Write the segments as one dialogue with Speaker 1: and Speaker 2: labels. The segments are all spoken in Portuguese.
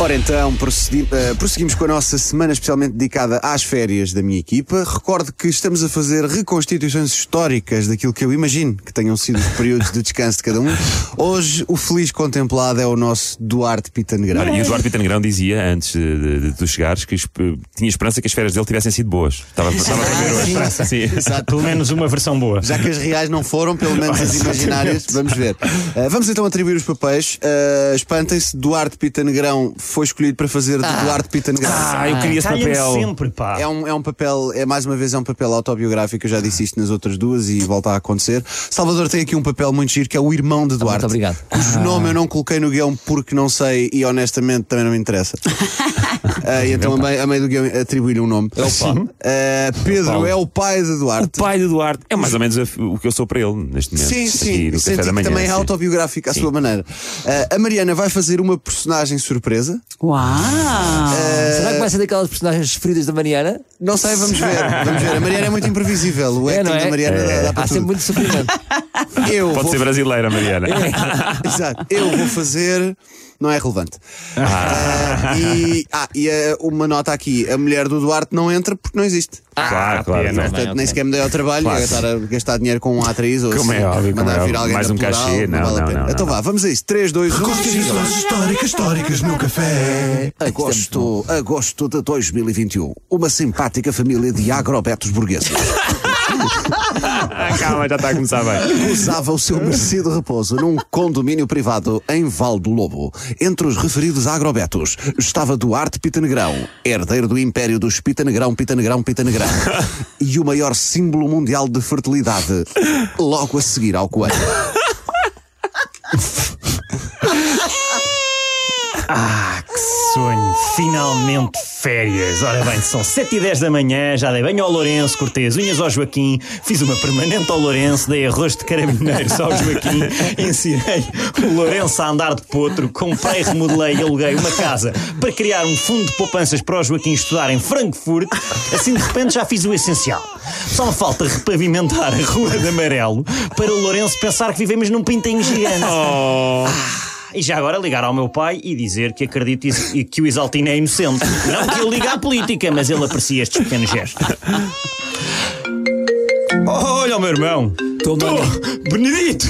Speaker 1: Ora então, prossegui- eh, prosseguimos com a nossa semana especialmente dedicada às férias da minha equipa. Recordo que estamos a fazer reconstituições históricas daquilo que eu imagino que tenham sido os períodos de descanso de cada um. Hoje, o feliz contemplado é o nosso Duarte Pita Negrão.
Speaker 2: Olha, e o Eduardo Pitanegrão dizia antes de, de, de tu chegares que esp- tinha esperança que as férias dele tivessem sido boas. Estava, estava a ver hoje.
Speaker 1: Ah, Sim.
Speaker 2: Ah, Sim.
Speaker 1: Exato.
Speaker 3: Pelo menos uma versão boa.
Speaker 1: Já que as reais não foram, pelo menos as imaginárias, vamos ver. Uh, vamos então atribuir os papéis. Uh, Espantem-se, Duarte Pita Negrão foi escolhido para fazer de Duarte Pita Negrão.
Speaker 2: Ah, eu queria esse
Speaker 3: Calha-me
Speaker 2: papel.
Speaker 3: sempre, pá.
Speaker 1: É um, é um papel, é mais uma vez, é um papel autobiográfico. Eu já disse isto nas outras duas e volta a acontecer. Salvador tem aqui um papel muito giro que é o irmão de Duarte.
Speaker 4: obrigado.
Speaker 1: Cujo nome eu não coloquei no guião porque não sei e honestamente também não me interessa. Ah, e então, a meio, a meio do guião, atribuí-lhe um nome. Ah, Pedro é o pai de
Speaker 2: O
Speaker 1: Duarte.
Speaker 2: pai do Eduardo é mais ou menos a- o que eu sou para ele neste momento.
Speaker 1: Sim,
Speaker 2: Aqui
Speaker 1: sim,
Speaker 2: no café
Speaker 1: senti
Speaker 2: da
Speaker 1: que
Speaker 2: manhã.
Speaker 1: também é
Speaker 2: sim.
Speaker 1: autobiográfico à sua maneira. Ah, a Mariana vai fazer uma personagem surpresa.
Speaker 4: Uau!
Speaker 1: É.
Speaker 4: Será que vai ser daquelas personagens feridas da Mariana?
Speaker 1: Não sei, vamos ver. Vamos ver. A Mariana é muito imprevisível. O
Speaker 4: É,
Speaker 1: acting
Speaker 4: não é?
Speaker 1: da Mariana dá, dá para
Speaker 4: Há sempre
Speaker 1: tudo.
Speaker 4: muito sofrimento.
Speaker 1: Eu
Speaker 2: Pode
Speaker 1: vou
Speaker 2: ser brasileira, Mariana.
Speaker 1: Exato. Eu vou fazer. Não é relevante. Ah, e ah, e ah, uma nota aqui: a mulher do Duarte não entra porque não existe.
Speaker 2: Claro, claro.
Speaker 3: pena.
Speaker 2: não é?
Speaker 1: Portanto, nem sequer me dei ao trabalho
Speaker 2: Claro.
Speaker 1: de gastar, gastar dinheiro com uma atriz ou
Speaker 2: Como
Speaker 1: assim,
Speaker 2: é óbvio, como
Speaker 1: mandar
Speaker 2: é
Speaker 1: vir
Speaker 2: óbvio.
Speaker 1: alguém
Speaker 2: Mais
Speaker 1: da
Speaker 2: um
Speaker 1: Plural,
Speaker 2: cachê,
Speaker 1: não
Speaker 2: não,
Speaker 1: vale a
Speaker 2: não,
Speaker 1: pena.
Speaker 2: não,
Speaker 1: Então
Speaker 2: não.
Speaker 1: vá, vamos a isso. 3, 2, 1.
Speaker 5: históricas, históricas no café.
Speaker 1: Agosto, agosto de 2021. Uma simpática família de agrobetos burgueses
Speaker 2: Ah, calma, já está a começar bem.
Speaker 1: usava o seu merecido repouso num condomínio privado em Val do Lobo. Entre os referidos agrobetos estava Duarte Pitanegrão, herdeiro do império dos Pitanegrão, Pitanegrão, Pitanegrão. E o maior símbolo mundial de fertilidade, logo a seguir ao coelho.
Speaker 3: Sonho, finalmente férias. Ora bem, são 7 e 10 da manhã, já dei banho ao Lourenço, cortei as unhas ao Joaquim, fiz uma permanente ao Lourenço, dei arroz de carabineiros ao Joaquim, ensinei o Lourenço a andar de potro, comprei, remodelei e aluguei uma casa para criar um fundo de poupanças para o Joaquim estudar em Frankfurt. Assim, de repente, já fiz o essencial. Só me falta repavimentar a Rua de Amarelo para o Lourenço pensar que vivemos num pintinho gigante. E já agora ligar ao meu pai e dizer que acredito is- e que o Isaltino é inocente. Não que ele ligue à política, mas ele aprecia estes pequenos gestos. Olha o meu irmão!
Speaker 4: Tô, mano.
Speaker 3: Oh, Benedito!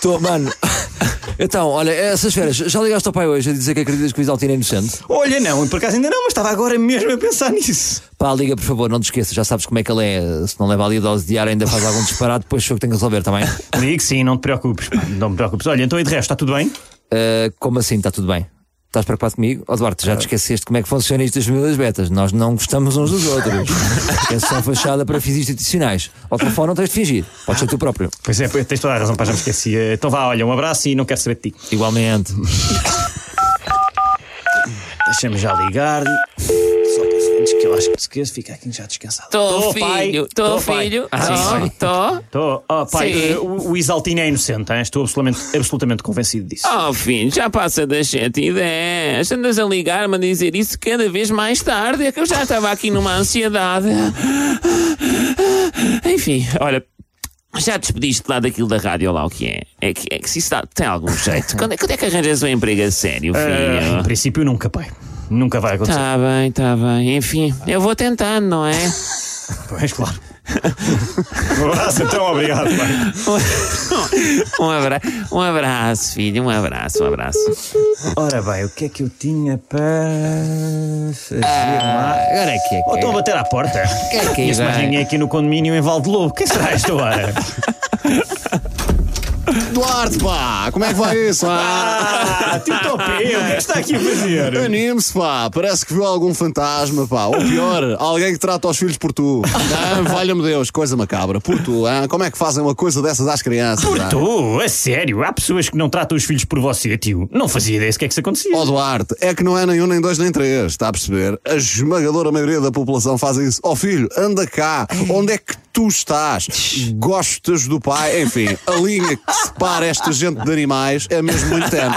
Speaker 4: Tô, mano. Então, olha, essas férias, já ligaste ao pai hoje a dizer que acreditas que o Isaltino é inocente?
Speaker 3: Olha, não, por acaso ainda não, mas estava agora mesmo a pensar nisso.
Speaker 4: Pá, liga, por favor, não te esqueças, já sabes como é que ele é. Se não leva ali a dose diária, ainda faz algum disparate, depois sou eu que tenho que resolver, tá também.
Speaker 3: Ligue sim, não te preocupes. pá, Não te preocupes. Olha, então e de resto, está tudo bem?
Speaker 4: como assim, está tudo bem? Estás preocupado comigo? Ó Duarte, já te esqueceste como é que funciona isto das famílias betas. Nós não gostamos uns dos outros. É só fachada para fins institucionais. Ao telefone não tens de fingir. Podes ser tu próprio.
Speaker 3: Pois é, pois, tens toda a razão, pá, já me esqueci. Eh, Então vá, olha, um abraço e não quero saber de ti.
Speaker 4: Igualmente.
Speaker 3: Deixa-me já ligar. Só para os antes que eu acho que me esqueço, fica aqui já descansado.
Speaker 6: Tô,
Speaker 3: pai.
Speaker 6: filho, tô,
Speaker 3: Tô, pai. Ah,
Speaker 6: filho.
Speaker 3: Sim, sim.
Speaker 6: Tô, tô.
Speaker 3: Tô, oh, pai,
Speaker 6: Sim.
Speaker 3: eh, o, o Isaltino é inocente, hein? estou absolutamente, absolutamente convencido disso.
Speaker 6: Oh, filho, já passa das 7 e 10. Andas a ligar-me a dizer isso cada vez mais tarde. É que eu já estava aqui numa ansiedade. Enfim, olha. Já despediste lá daquilo da rádio, lá o que é? É que, é que se isso dá- tem algum jeito. Quando é, quando é que arranjas um emprego a sério,
Speaker 4: É.
Speaker 3: Eh, em
Speaker 6: filho?
Speaker 3: princípio, nunca, pai. Nunca vai acontecer.
Speaker 6: Tá bem, tá bem. Enfim, eu vou tentando, não é?
Speaker 3: Pois, claro. um abraço, então, obrigado, pai.
Speaker 6: Um abra- um abraço, filho, um abraço, um abraço.
Speaker 3: Ora bem, o que é que eu tinha para fazer
Speaker 6: Ah.
Speaker 3: mais?
Speaker 4: Agora é que é.
Speaker 3: Oh, estão a bater à porta.
Speaker 4: que é que é,
Speaker 3: Este mais
Speaker 4: vai?
Speaker 3: ninguém aqui no condomínio em Valde Lobo. Quem é será esta hora?
Speaker 1: Duarte, pá, como é que vai isso?
Speaker 3: Ah, tio Topé, o que é que está aqui a fazer?
Speaker 1: Anime-se, pá, parece que viu algum fantasma, pá, ou pior, alguém que trata os filhos por tu. Ah, Valha-me Deus, coisa macabra, por tu, ah, como é que fazem uma coisa dessas às crianças? ah?
Speaker 3: Estou, a sério, há pessoas que não tratam os filhos por você, tio. Não fazia ideia sequer que isso acontecia.
Speaker 1: Ó Duarte, é que não é nem um, nem dois, nem três, está a perceber? A esmagadora maioria da população faz isso. Ó filho, anda cá, onde é que tu estás? Gostas do pai? Enfim, a linha que separa esta gente de animais é mesmo muito tênue.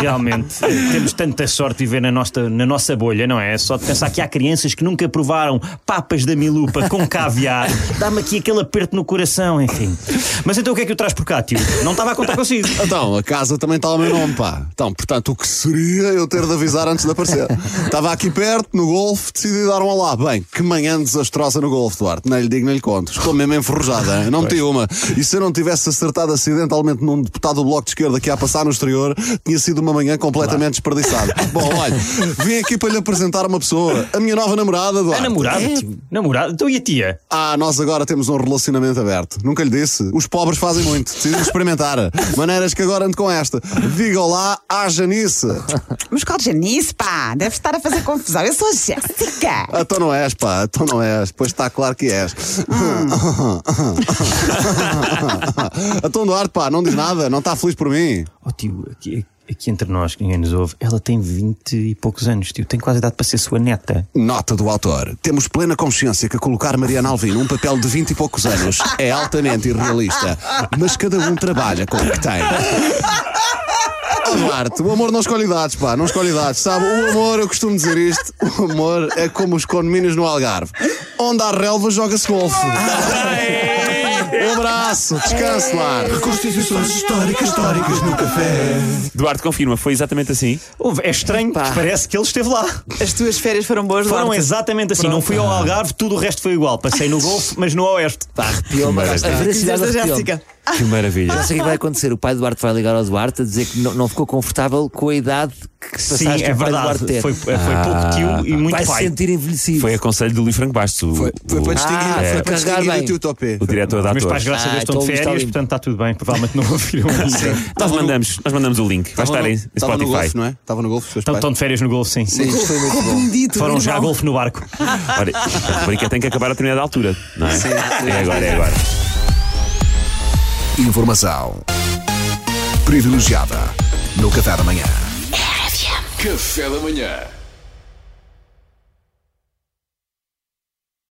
Speaker 3: Realmente, temos tanta sorte de viver na nossa, na nossa bolha, não é? Só de pensar que há crianças que nunca provaram papas da milupa com caviar, dá-me aqui aquele aperto no coração, enfim. Mas então o que é que o traz por cá, tio? Não estava a contar consigo.
Speaker 1: Então, a casa também está ao meu nome, pá. Então, portanto, o que seria eu ter de avisar antes de aparecer? Estava aqui perto, no golfe, decidi dar um olá. Bem, que manhã desastrosa no golfe, Duarte. Nem lhe digo, nem lhe conto. Estou mesmo enferrujada, hein? não meti uma. E se eu não tivesse acertado acidentalmente num deputado do Bloco de Esquerda que ia a passar no exterior, tinha sido uma manhã completamente desperdiçada. Bom, olha, vim aqui para lhe apresentar uma pessoa. A minha nova namorada, Duarte.
Speaker 3: É namorado,
Speaker 1: É,
Speaker 3: tio. Namorado? Então e a tia?
Speaker 1: ah, nós agora temos um relacionamento aberto. Nunca lhe disse. Os pobres fazem muito. Decidi experimentar. Maneiras que agora ando com esta. Diga olá à Janice.
Speaker 7: Mas qual Janice, pá? Deve estar a fazer confusão. Eu sou a Jéssica.
Speaker 1: Ah, Então não és, pá. Então não és. Pois está claro que és. Então Duarte, pá, não diz nada. Não está feliz por mim.
Speaker 3: Oh, tio, aqui, aqui entre nós, que ninguém nos ouve, ela tem 20 e poucos anos, tio. Tem quase idade para ser sua neta.
Speaker 1: Nota do autor. Temos plena consciência que colocar Mariana Alvim num papel de 20 e poucos anos é altamente irrealista. Mas cada um trabalha com o que tem. Ah, Duarte, o amor não escolhe idades, pá, não escolhe idades. Sabe, o amor, eu costumo dizer isto, o amor é como os condomínios no Algarve. Onde há relva, joga-se golfe. Um abraço, descanse lá.
Speaker 5: Reconstituições históricas, históricas no café.
Speaker 2: Duarte confirma, foi exatamente assim.
Speaker 3: Ouve, É estranho, parece que ele esteve lá.
Speaker 7: As tuas férias foram boas,
Speaker 3: Foram
Speaker 7: Duarte?
Speaker 3: exatamente assim. Não fui ao Algarve, tudo o resto foi igual. Passei no Golfo, mas no Oeste.
Speaker 4: A
Speaker 7: Fizeste
Speaker 4: veracidade
Speaker 7: a
Speaker 4: arrepiou-me.
Speaker 7: Jéssica.
Speaker 2: Que maravilha.
Speaker 4: Já sei o que vai acontecer. O pai do Duarte vai ligar ao Duarte a dizer que não, não ficou confortável com a idade que passaste
Speaker 3: Sim, é
Speaker 4: o pai do
Speaker 3: verdade.
Speaker 4: Duarte ter.
Speaker 3: Foi, foi pouco tio e muito
Speaker 4: vai
Speaker 3: pai.
Speaker 4: se sentir envelhecido.
Speaker 2: Foi a conselho do Luís Franco Bastos. o-
Speaker 1: Foi, foi
Speaker 2: o-
Speaker 1: para distinguir,
Speaker 4: Ah,
Speaker 1: foi
Speaker 4: é.
Speaker 1: para
Speaker 4: Carregar
Speaker 1: distinguir
Speaker 4: bem.
Speaker 1: o teu topé.
Speaker 2: O diretor da
Speaker 3: Meus
Speaker 2: ator.
Speaker 3: pais, graças a Deus,
Speaker 4: Ah,
Speaker 3: estão de
Speaker 4: então está
Speaker 3: férias,
Speaker 4: limpo.
Speaker 3: portanto está tudo bem. Provavelmente não ouviram isso.
Speaker 2: Nós mandamos, nós mandamos o link. Vai estar em
Speaker 1: Estava no
Speaker 2: Spotify. Então,
Speaker 1: golfe, não é? Estava no golfe, seus
Speaker 3: Estão,
Speaker 1: pais.
Speaker 3: Então, estão de férias no Golfo, sim.
Speaker 1: Sim, isto foi muito bom.
Speaker 7: Bendito,
Speaker 3: Foram já a
Speaker 7: irmão.
Speaker 3: Golfo no barco.
Speaker 2: Olha, a rubrica tem que acabar a determinada altura, não é? É agora, é agora.
Speaker 5: Informação privilegiada no café da manhã. Café da manhã.